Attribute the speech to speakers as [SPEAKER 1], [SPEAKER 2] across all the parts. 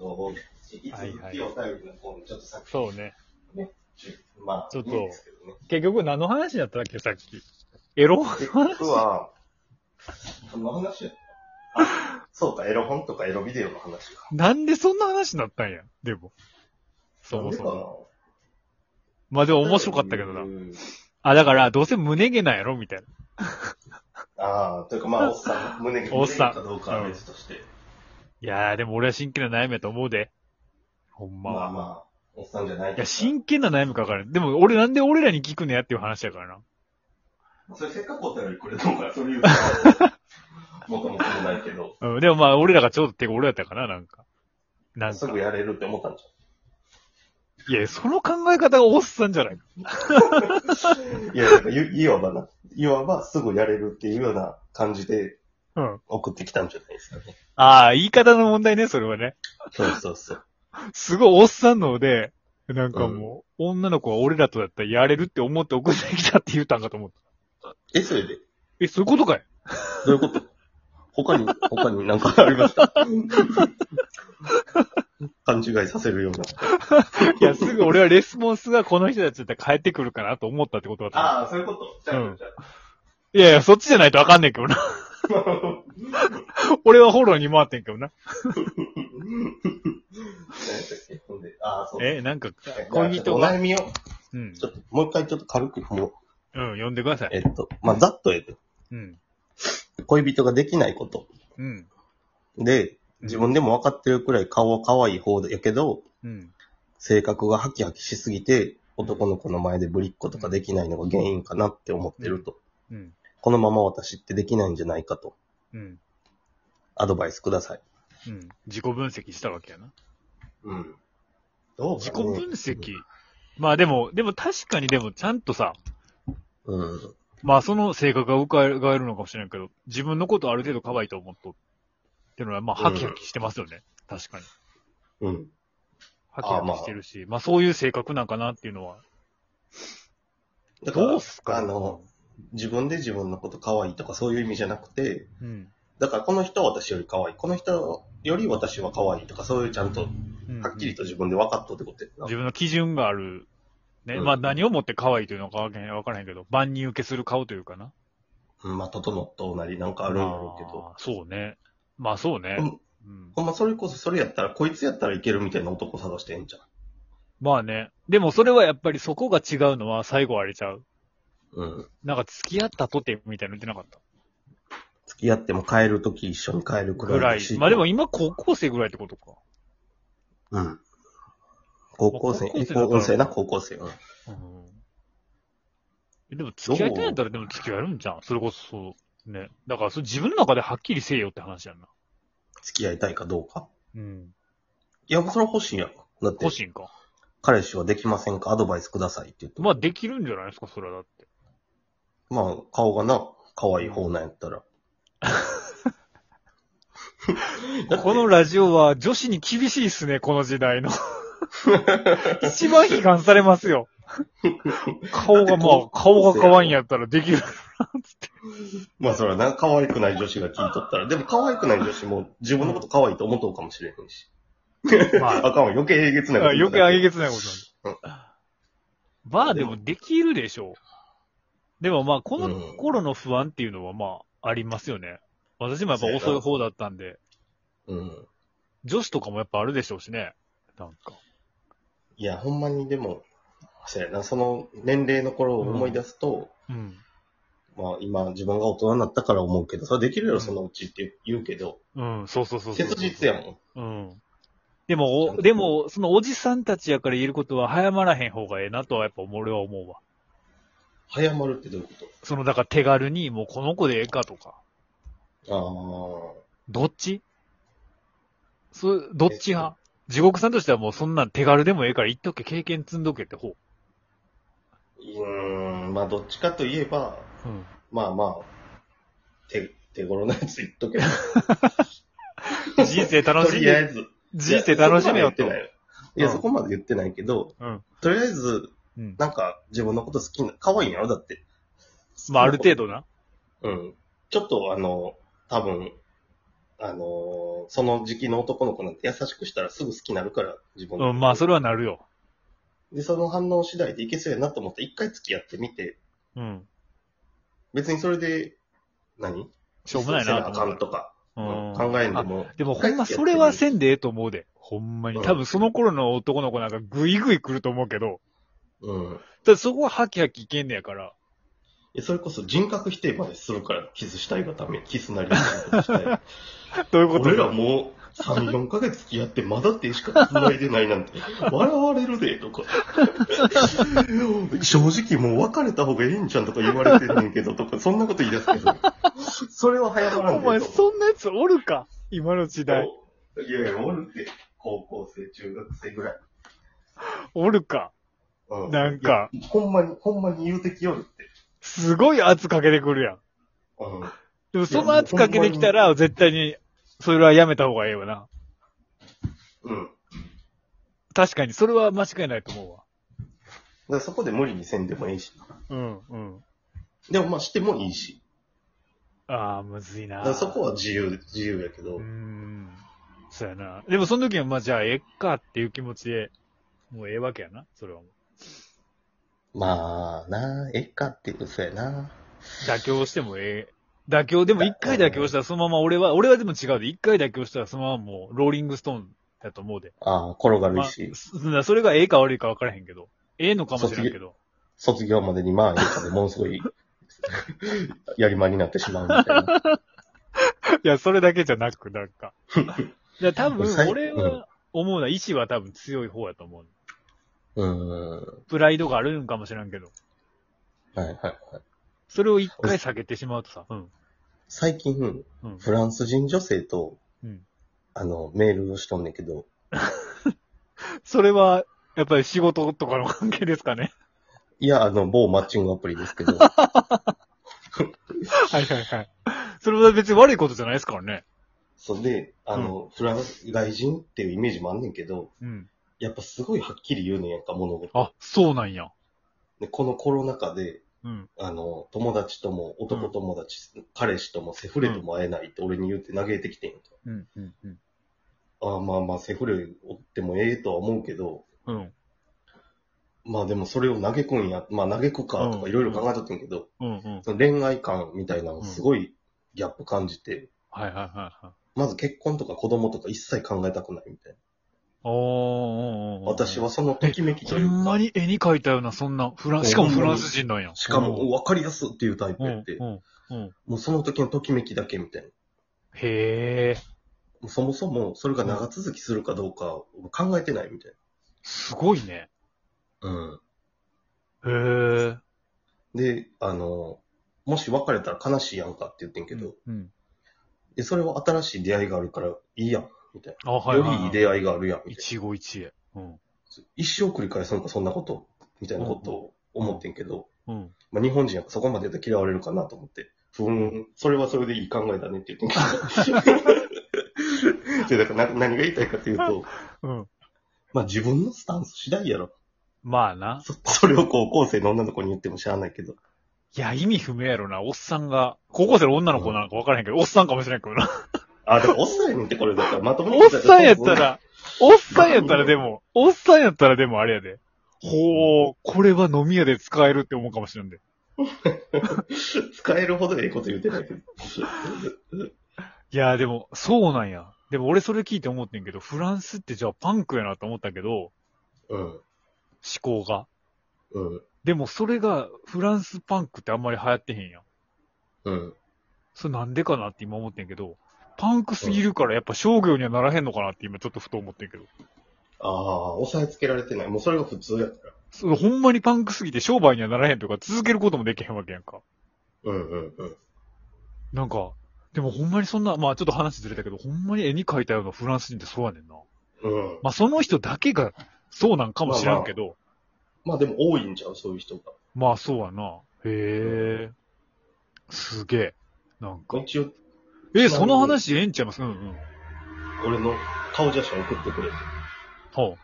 [SPEAKER 1] を、いつっていうお便りの方にちょっとさっき、
[SPEAKER 2] そうね。
[SPEAKER 1] まあ、
[SPEAKER 2] ちょっと
[SPEAKER 1] いいんですけどね。
[SPEAKER 2] 結局何の話だったっけ、さっき。エロ本
[SPEAKER 1] 結局は、その話やあそうか、エロ本とかエロビデオの話か。
[SPEAKER 2] なんでそんな話になったんや、でも。そもそも。
[SPEAKER 1] も。
[SPEAKER 2] まあでも面白かったけどな
[SPEAKER 1] う。ん
[SPEAKER 2] あ、だから、どうせ胸毛なんやろみたいな。
[SPEAKER 1] ああ、というかまあ、おっさん、胸毛
[SPEAKER 2] おっさん
[SPEAKER 1] かどうかは別として。
[SPEAKER 2] いやー、でも俺は真剣な悩みやと思うで。ほんま
[SPEAKER 1] まあ
[SPEAKER 2] は。
[SPEAKER 1] まあ、おっさんじゃない
[SPEAKER 2] いや、真剣な悩みか分からん。でも俺なんで俺らに聞くのやっていう話やからな。
[SPEAKER 1] それせっかくお便りくれたのから、それ言うと、もともともないけど、
[SPEAKER 2] うん、でもまあ俺らがちょうど、てか俺らやったからな、なんか。なん
[SPEAKER 1] す
[SPEAKER 2] か。
[SPEAKER 1] ぐやれるって思ったんじ
[SPEAKER 2] いや、その考え方がおっさんじゃないか。
[SPEAKER 1] ゃん。いや、なんかいいわばな、いわばすぐやれるっていうような感じで
[SPEAKER 2] うん。
[SPEAKER 1] 送ってきたんじゃないですかね。
[SPEAKER 2] ああ、言い方の問題ね、それはね。
[SPEAKER 1] そうそうそう。
[SPEAKER 2] すごいおっさんので、なんかもう、女の子は俺らとだったらやれるって思って送ってきたって言ったんかと思った。
[SPEAKER 1] え、それで、
[SPEAKER 2] え、そういうことかい
[SPEAKER 1] どういうこと他に、他に何かありました勘違いさせるような。
[SPEAKER 2] いや、すぐ俺はレスポンスがこの人たちだったら返ってくるかなと思ったってことだった。
[SPEAKER 1] ああ、そういうことじゃあ、
[SPEAKER 2] うん
[SPEAKER 1] じゃ
[SPEAKER 2] いやいや、そっちじゃないとわかんないけど な。
[SPEAKER 1] あ。
[SPEAKER 2] 俺はフォローに回ってんけどな。
[SPEAKER 1] 何やったっけほんでああ、そう。
[SPEAKER 2] え、なんか
[SPEAKER 1] じゃあ、ち
[SPEAKER 2] 恋
[SPEAKER 1] ょ
[SPEAKER 2] 人
[SPEAKER 1] っとお
[SPEAKER 2] が。
[SPEAKER 1] 悩みを、
[SPEAKER 2] うん。
[SPEAKER 1] ちょっと、もう一回ちょっと軽く、もう、
[SPEAKER 2] うん、呼んでください。
[SPEAKER 1] えっと、まあ、ざっとええ
[SPEAKER 2] うん。
[SPEAKER 1] 恋人ができないこと。
[SPEAKER 2] うん。
[SPEAKER 1] で、自分でも分かってるくらい顔は可愛い方やけど、
[SPEAKER 2] うん。
[SPEAKER 1] 性格がハキハキしすぎて、男の子の前でぶりっ子とかできないのが原因かなって思ってると。
[SPEAKER 2] うん。
[SPEAKER 1] このまま私ってできないんじゃないかと。
[SPEAKER 2] うん。
[SPEAKER 1] アドバイスください。
[SPEAKER 2] うん。自己分析したわけやな。
[SPEAKER 1] うん。どう
[SPEAKER 2] 自己
[SPEAKER 1] かね
[SPEAKER 2] 分析。まあでも、でも確かにでもちゃんとさ、
[SPEAKER 1] うん。
[SPEAKER 2] まあその性格が伺えるのかもしれないけど、自分のことある程度可愛いと思っとってのは、まあハキハキしてますよね。確かに。
[SPEAKER 1] うん。
[SPEAKER 2] ハキハキしてるし、まあそういう性格なんかなっていうのは。
[SPEAKER 1] だから
[SPEAKER 2] どうすか
[SPEAKER 1] あの、自分で自分のこと可愛いとかそういう意味じゃなくて、
[SPEAKER 2] うん。
[SPEAKER 1] だからこの人は私より可愛い。この人より私は可愛いとかそういうちゃんと、は
[SPEAKER 2] うん
[SPEAKER 1] っきりと自分で分かっとってことやな。
[SPEAKER 2] 自分の基準がある。ね。
[SPEAKER 1] うん
[SPEAKER 2] まあ何をもって可愛いというのかわけわからへんけど、万人受けする顔というかな。
[SPEAKER 1] うん、まあ、整っとうなりなんかあるんやろうけど。
[SPEAKER 2] あーそうね。まあそうね。
[SPEAKER 1] うん
[SPEAKER 2] うん
[SPEAKER 1] ほんま、それこそ、それやったら、こいつやったらいけるみたいな男探してんじゃん。
[SPEAKER 2] まあね。でもそれはやっぱりそこが違うのは最後あれちゃう。
[SPEAKER 1] うん。
[SPEAKER 2] なんか付き合ったとてみたいなの言ってなかった。
[SPEAKER 1] 付き合っても帰るとき一緒に帰るくらい
[SPEAKER 2] ぐら
[SPEAKER 1] だし
[SPEAKER 2] い。まあでも、今高校生ぐらいってことか。
[SPEAKER 1] うん。高校生、
[SPEAKER 2] まあ高校生だから
[SPEAKER 1] 高校生な、高校生。うん
[SPEAKER 2] うん。でも付き合いたいんやったらでも付き合えるんじゃん。それこそそう。ね。だからそれ自分の中ではっきりせえよって話やんな。
[SPEAKER 1] 付き合いたいかどうか。
[SPEAKER 2] うん。
[SPEAKER 1] いや、それ欲しいやん。だって
[SPEAKER 2] 個、人か。
[SPEAKER 1] 彼氏はできませんかアドバイスくださいって言って。
[SPEAKER 2] まあできるんじゃないですか、それはだって。
[SPEAKER 1] まあ、顔がな、可愛い方なんやったら。だって
[SPEAKER 2] このラジオは女子に厳しいっすね、この時代の。一番批判されます よ。顔が、まあ、顔が可愛いんやったらできる。
[SPEAKER 1] まあ、それはな、可愛くない女子が聞いとったら。でも、可愛くない女子も自分のこと可愛いと思っとうかもしれへんし。
[SPEAKER 2] まあ、
[SPEAKER 1] あかんわ、余計えげつないこと言
[SPEAKER 2] 余
[SPEAKER 1] うだ
[SPEAKER 2] 計あげげつないこと
[SPEAKER 1] う
[SPEAKER 2] なん
[SPEAKER 1] ん
[SPEAKER 2] だ。まあでもできるでしょう。でもまあ、この
[SPEAKER 1] うん
[SPEAKER 2] 頃の不安っていうのはまあ、ありますよね。私もやっぱ遅い方だったんで、
[SPEAKER 1] うん。
[SPEAKER 2] 女子とかもやっぱあるでしょうしね。なんか。
[SPEAKER 1] いや、ほんまにでも、そうやな、その年齢の頃を思い出すと、
[SPEAKER 2] うん。
[SPEAKER 1] まあ今自分が大人になったから思うけど、それできるやろ、そのうちって言うけど、
[SPEAKER 2] うん、そうそうそうそう。
[SPEAKER 1] 切実やもん。
[SPEAKER 2] うん。でも、
[SPEAKER 1] ちゃん
[SPEAKER 2] お
[SPEAKER 1] と
[SPEAKER 2] でも、そのおじさんたちやから言えることは早まらへん方がええなとはやっぱ俺は思うわ。
[SPEAKER 1] 早まるってどういうこ
[SPEAKER 2] その、だから手軽にもうこの子でええかとか。
[SPEAKER 1] と
[SPEAKER 2] どっちそう、どっち派地獄さんとしてはもうそんなん手軽でもええから言っとけ、経験積んどけって方。
[SPEAKER 1] あーうーん、まあどっちかといえば、
[SPEAKER 2] うん。
[SPEAKER 1] まあまあ、手、手頃なやつ言っとけば。
[SPEAKER 2] 人生楽
[SPEAKER 1] と
[SPEAKER 2] し
[SPEAKER 1] りあ
[SPEAKER 2] め、
[SPEAKER 1] えず。
[SPEAKER 2] 人生楽しめよ
[SPEAKER 1] いやそこまで言って
[SPEAKER 2] と。
[SPEAKER 1] ないよ。いや、そこまで言ってな
[SPEAKER 2] うん
[SPEAKER 1] いけど、
[SPEAKER 2] うん。
[SPEAKER 1] とりあえず、
[SPEAKER 2] うん。
[SPEAKER 1] なんか自分のこと好きな、可愛いんやろだって。
[SPEAKER 2] まあある程度な。
[SPEAKER 1] うん。ちょっとあの、多分、あのーその時期の男の子なんて優しくしたらすぐ好きになるから、自分の
[SPEAKER 2] うん、まあ、それはなるよ。
[SPEAKER 1] で、その反応次第でいけそうやなと思って、一回付き合ってみて、
[SPEAKER 2] うん。
[SPEAKER 1] 別にそれで、何
[SPEAKER 2] しょうもないな
[SPEAKER 1] あ
[SPEAKER 2] と
[SPEAKER 1] か
[SPEAKER 2] 思
[SPEAKER 1] ん
[SPEAKER 2] う。
[SPEAKER 1] とか、
[SPEAKER 2] うん
[SPEAKER 1] 考えんでも
[SPEAKER 2] あ、でもほんまそれはせんでええと思うで。ほんまに。多分その頃の男の子なんかグイグイ来ると思うけど、
[SPEAKER 1] うん。
[SPEAKER 2] ただそこはハキハキいけんねやから。
[SPEAKER 1] いやそれこそ人格否定までするから、キスしたいがために、キスなりのことした い。
[SPEAKER 2] どういうこと
[SPEAKER 1] 俺らもう3、4ヶ月付き合ってまだ手しか繋いでないなんて、笑われるで、と か。正直もう別れた方がいいんじゃんとか言われてんねんけど、とか、そんなこと言い出すけど。それは早まらん
[SPEAKER 2] お
[SPEAKER 1] で。
[SPEAKER 2] 前
[SPEAKER 1] とか
[SPEAKER 2] そんなやつおるか今の時代。
[SPEAKER 1] いやいや、おるって、高校生、中学生ぐらい。
[SPEAKER 2] おるか
[SPEAKER 1] う
[SPEAKER 2] なんか。
[SPEAKER 1] いやほんまに、ほんまに言うてきよるって。
[SPEAKER 2] すごい圧かけてくるやん。
[SPEAKER 1] うん。
[SPEAKER 2] でもその圧かけてきたら絶対に、それはやめた方がええよな。
[SPEAKER 1] うん。だか
[SPEAKER 2] 確かに、それは間違いないと思うわ。
[SPEAKER 1] らそこで無理にせんでもいいし。
[SPEAKER 2] うん、うん。
[SPEAKER 1] でもまあしてもいいし。
[SPEAKER 2] ああ、むずい
[SPEAKER 1] だ
[SPEAKER 2] な
[SPEAKER 1] からそこは自由、自由やけど。
[SPEAKER 2] うーん。そうやな。でもその時は、まあじゃあええかっていう気持ちで、もうええわけやな。それはもう。
[SPEAKER 1] まあな、えっかっていうそうやな。
[SPEAKER 2] 妥協してもええ。妥協、でも一回妥協したらそのまま俺は、俺はでも違うで、一回妥協したらそのままもうローリングストーンだと思うで。
[SPEAKER 1] ああ、転がる
[SPEAKER 2] まあ、
[SPEAKER 1] し、
[SPEAKER 2] そそれがええか悪いか分からへんけど。ええのかもしれんけど。
[SPEAKER 1] 卒業までにまあええかでものすごい、 やりまになってしまうみたいな。
[SPEAKER 2] いや、それだけじゃなく、なんか。 いや、多分
[SPEAKER 1] これ最
[SPEAKER 2] 俺は思うな。意志は多分強い方やと思う。
[SPEAKER 1] うーん。は
[SPEAKER 2] プライドがあるんかもしれんけど。
[SPEAKER 1] いはいはい。
[SPEAKER 2] それを一回下げてしまうとさ。うん。
[SPEAKER 1] 最近、
[SPEAKER 2] うん。
[SPEAKER 1] フランス人女性と、
[SPEAKER 2] うん
[SPEAKER 1] あの、メールをしとんねんけど、
[SPEAKER 2] それは、やっぱり仕事とかの関係ですかね。
[SPEAKER 1] いや、あの、某マッチングアプリですけど、
[SPEAKER 2] はいはいはい。それは別に悪いことじゃないですからね。
[SPEAKER 1] それで、あの、フランス、外人っていうイメージもあんねんけど、
[SPEAKER 2] うん。
[SPEAKER 1] やっぱすごいはっきり言うねんやんか、物事。
[SPEAKER 2] あ、そうなんや。
[SPEAKER 1] で、このコロナ禍で、
[SPEAKER 2] うん。
[SPEAKER 1] あの、友達とも、男友達、彼氏ともセフレとも会えないって俺に言って嘆いてきてんやんか。
[SPEAKER 2] うん。うん。うん。
[SPEAKER 1] ああ、まあまあ、セフレおってもええとは思うけど、
[SPEAKER 2] うん。
[SPEAKER 1] まあでもそれを嘆くんや、まあ嘆くかと
[SPEAKER 2] う
[SPEAKER 1] か
[SPEAKER 2] ん
[SPEAKER 1] いろいろ考えとってんけど、
[SPEAKER 2] うん。うん。
[SPEAKER 1] その恋愛感みたいなのすごいギャップ感じて、
[SPEAKER 2] はいはいはいはい。
[SPEAKER 1] まず結婚とか子供とか一切考えたくないみたい
[SPEAKER 2] おーおーお
[SPEAKER 1] な。
[SPEAKER 2] ーおー
[SPEAKER 1] 私はそのときめきと
[SPEAKER 2] ほ
[SPEAKER 1] いうか。
[SPEAKER 2] んまに絵に描いたような、そんな、フラン、しかもフランス人なんや。
[SPEAKER 1] しかも、
[SPEAKER 2] うん、
[SPEAKER 1] 分かりやすっていうタイプ
[SPEAKER 2] う
[SPEAKER 1] やっ
[SPEAKER 2] ん
[SPEAKER 1] て、、
[SPEAKER 2] うんうん。
[SPEAKER 1] もうその時のときめきだけみたいな。
[SPEAKER 2] へえ、
[SPEAKER 1] もうそもそもそれが長続きするかどうか考えてないみたい
[SPEAKER 2] すごいね。
[SPEAKER 1] な。うん。
[SPEAKER 2] へえ。
[SPEAKER 1] で、あの、もし別れたら悲しいやんかって言ってんけど、
[SPEAKER 2] うん。
[SPEAKER 1] でそれは新しい出会いがあるからいいやん、みたい
[SPEAKER 2] あ、は
[SPEAKER 1] な。
[SPEAKER 2] い
[SPEAKER 1] よ
[SPEAKER 2] はい、はい。
[SPEAKER 1] りいい出会いがあるやん、みたいな。
[SPEAKER 2] 一期一会。うん。
[SPEAKER 1] 一生繰り返すのか、そんなこと、みたいなことを思ってんけど、
[SPEAKER 2] うん。
[SPEAKER 1] まあ、日本人はそこまで言うと嫌われるかなと思って、ふーん、それはそれでいい考えだねって言ってん けど。 でだからな何が言いたいかというと、
[SPEAKER 2] うん。
[SPEAKER 1] まあ自分のスタンス次第やろ。
[SPEAKER 2] まあな。
[SPEAKER 1] そそれを高校生の女の子に言っても知らないけど。
[SPEAKER 2] いや、意味不明やろな。おっさんが、高校生の女の子なのか分からへんけど、おっさんかもしれんけどな。
[SPEAKER 1] あ、でもおっさんやねんってこれだから、まともに
[SPEAKER 2] お
[SPEAKER 1] 言
[SPEAKER 2] っさんやった。ら、おっさんやったらでも、おっさんやったらでもあれやで。ほう、これは飲み屋で使えるって思うかもしれんで。
[SPEAKER 1] 使えるほどええこと言ってないけど。
[SPEAKER 2] いや、でも、そうなんや。でも俺それ聞いて思ってんけど、フランスってじゃあパンクやなと思ったけど、思
[SPEAKER 1] うん。
[SPEAKER 2] 考が。
[SPEAKER 1] うん。
[SPEAKER 2] でもそれが、フランスパンクってあんまり流行ってへんやん。
[SPEAKER 1] うん。
[SPEAKER 2] それなんでかなって今思ってんけど、パンクすぎるからやっぱ商業にはならへんのかなって今ちょっとふと思ってんけど。
[SPEAKER 1] ああ、押さえつけられてない。もうそれが普通やから。
[SPEAKER 2] そのほんまにパンクすぎて商売にはならへんとか続けることもできへんわけやんか。
[SPEAKER 1] うんうんうん。
[SPEAKER 2] なんか、でもほんまにそんな、まあちょっと話ずれたけど、ほんまに絵に描いたようなフランス人ってそうやねんな。
[SPEAKER 1] うん。
[SPEAKER 2] まあその人だけがそうなんかもしらんけど、
[SPEAKER 1] まあでも多いんちゃうそういう人が。
[SPEAKER 2] まあそうやな。へえ。すげえ。なんか。
[SPEAKER 1] 一応、
[SPEAKER 2] え、その話ええんちゃいますうんうん。
[SPEAKER 1] 俺の顔写真送ってくれって
[SPEAKER 2] ほ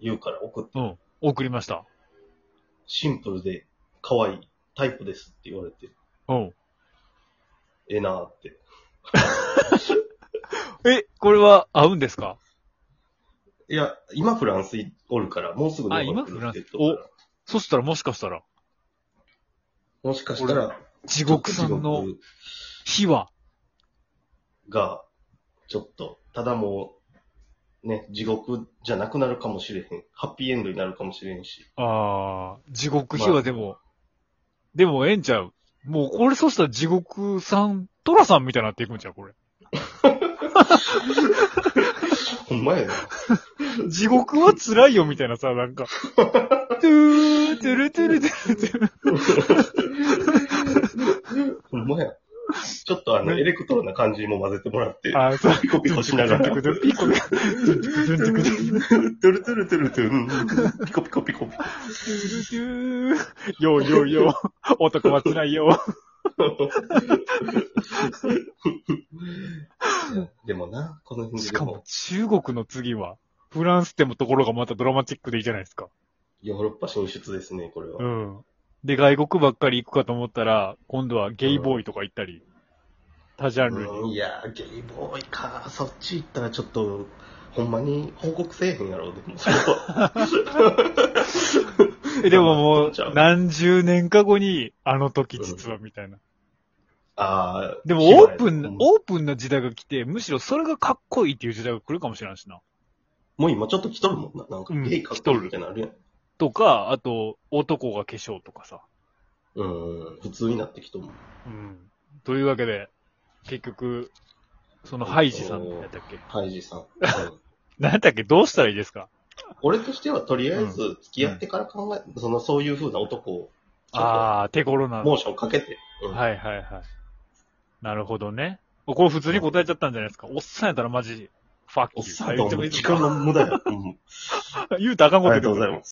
[SPEAKER 1] 言うから送って、
[SPEAKER 2] う。うん。送りました。
[SPEAKER 1] シンプルで可愛いタイプですって言われて、
[SPEAKER 2] うん。
[SPEAKER 1] ええなーって。
[SPEAKER 2] え、これは合うんですか
[SPEAKER 1] いや、今フランスにおるから、もうすぐ
[SPEAKER 2] あ
[SPEAKER 1] 日
[SPEAKER 2] 今
[SPEAKER 1] 本
[SPEAKER 2] フ
[SPEAKER 1] 来
[SPEAKER 2] ラ
[SPEAKER 1] る
[SPEAKER 2] ン
[SPEAKER 1] っ
[SPEAKER 2] ス
[SPEAKER 1] て言っとくか
[SPEAKER 2] そしたらもしかしたら、
[SPEAKER 1] らもしかしたら、
[SPEAKER 2] 地獄さんの
[SPEAKER 1] 地獄
[SPEAKER 2] 火は、
[SPEAKER 1] が、ちょっと、ただもう、ね、地獄じゃなくなるかもしれへん。ハッピーエンドになるかもしれんし。
[SPEAKER 2] ああ、地獄火はでも、でもええんちゃう。もうこれそしたら地獄さん、トラさんみたいになっていくんちゃうこれ。
[SPEAKER 1] ほんまやな。
[SPEAKER 2] 地獄は辛いよみたいなさ、なんか。トゥー、トゥルトゥルトゥルトゥル。
[SPEAKER 1] ほんまや。ちょっとあの、
[SPEAKER 2] ね
[SPEAKER 1] エレクトロな感じも混ぜてもらって、
[SPEAKER 2] ああ、そう。
[SPEAKER 1] ピコピコしながら。
[SPEAKER 2] ピコピコ
[SPEAKER 1] トゥルトゥルトゥルトゥルトゥル、ピコピコピコピ コ。
[SPEAKER 2] ようようよう。男は辛いよ。
[SPEAKER 1] でもな、この辺
[SPEAKER 2] し
[SPEAKER 1] で
[SPEAKER 2] かも
[SPEAKER 1] も
[SPEAKER 2] 中国の次は、フランスってもところがまたドラマチックでいいじゃないですか。
[SPEAKER 1] ヨーロッパ進出ですね、これ
[SPEAKER 2] う
[SPEAKER 1] は。
[SPEAKER 2] ん。で、外国ばっかり行くかと思ったら、今度はゲイボーイとか行ったり、他ジャンルに。
[SPEAKER 1] うんいやー、ゲイボーイか。そっち行ったらちょっと、ほんまに報告せえへんやろ、で もそれは。
[SPEAKER 2] えでももう
[SPEAKER 1] ちゃう、
[SPEAKER 2] 何十年か後に、あの時実はみたいな。
[SPEAKER 1] あー
[SPEAKER 2] でも、オープ
[SPEAKER 1] う
[SPEAKER 2] ン
[SPEAKER 1] ん、
[SPEAKER 2] オープンな時代が来て、むしろそれがかっこいいっていう時代が来るかもしれないしな。
[SPEAKER 1] もう今ちょっと来とるもんな。なんか、
[SPEAKER 2] うん
[SPEAKER 1] ゲイかっこいいみたいなのあるやん。
[SPEAKER 2] とか、あと、男が化粧とかさ。
[SPEAKER 1] うん、普通になってきとるもん。
[SPEAKER 2] うん。というわけで、結局、そのハイジさんやったっけ
[SPEAKER 1] ハイジさん。 うん
[SPEAKER 2] 何やったっけどうしたらいいですか
[SPEAKER 1] 俺としてはとりあえず付き合ってから考え、その、そういう風な男を、ちょっと
[SPEAKER 2] ああ、手頃な。
[SPEAKER 1] モーションかけて。うん
[SPEAKER 2] はいはいはい。なるほどね。これ普通に答えちゃったんじゃないですか。おっさんやったらマジ、ファッキー。
[SPEAKER 1] おっさんと
[SPEAKER 2] 言ってもいいです
[SPEAKER 1] 時
[SPEAKER 2] か
[SPEAKER 1] 間の無駄や。うん
[SPEAKER 2] 言うとあかんこと
[SPEAKER 1] ありが
[SPEAKER 2] 言って
[SPEAKER 1] とう
[SPEAKER 2] く
[SPEAKER 1] ご
[SPEAKER 2] る
[SPEAKER 1] ざいます。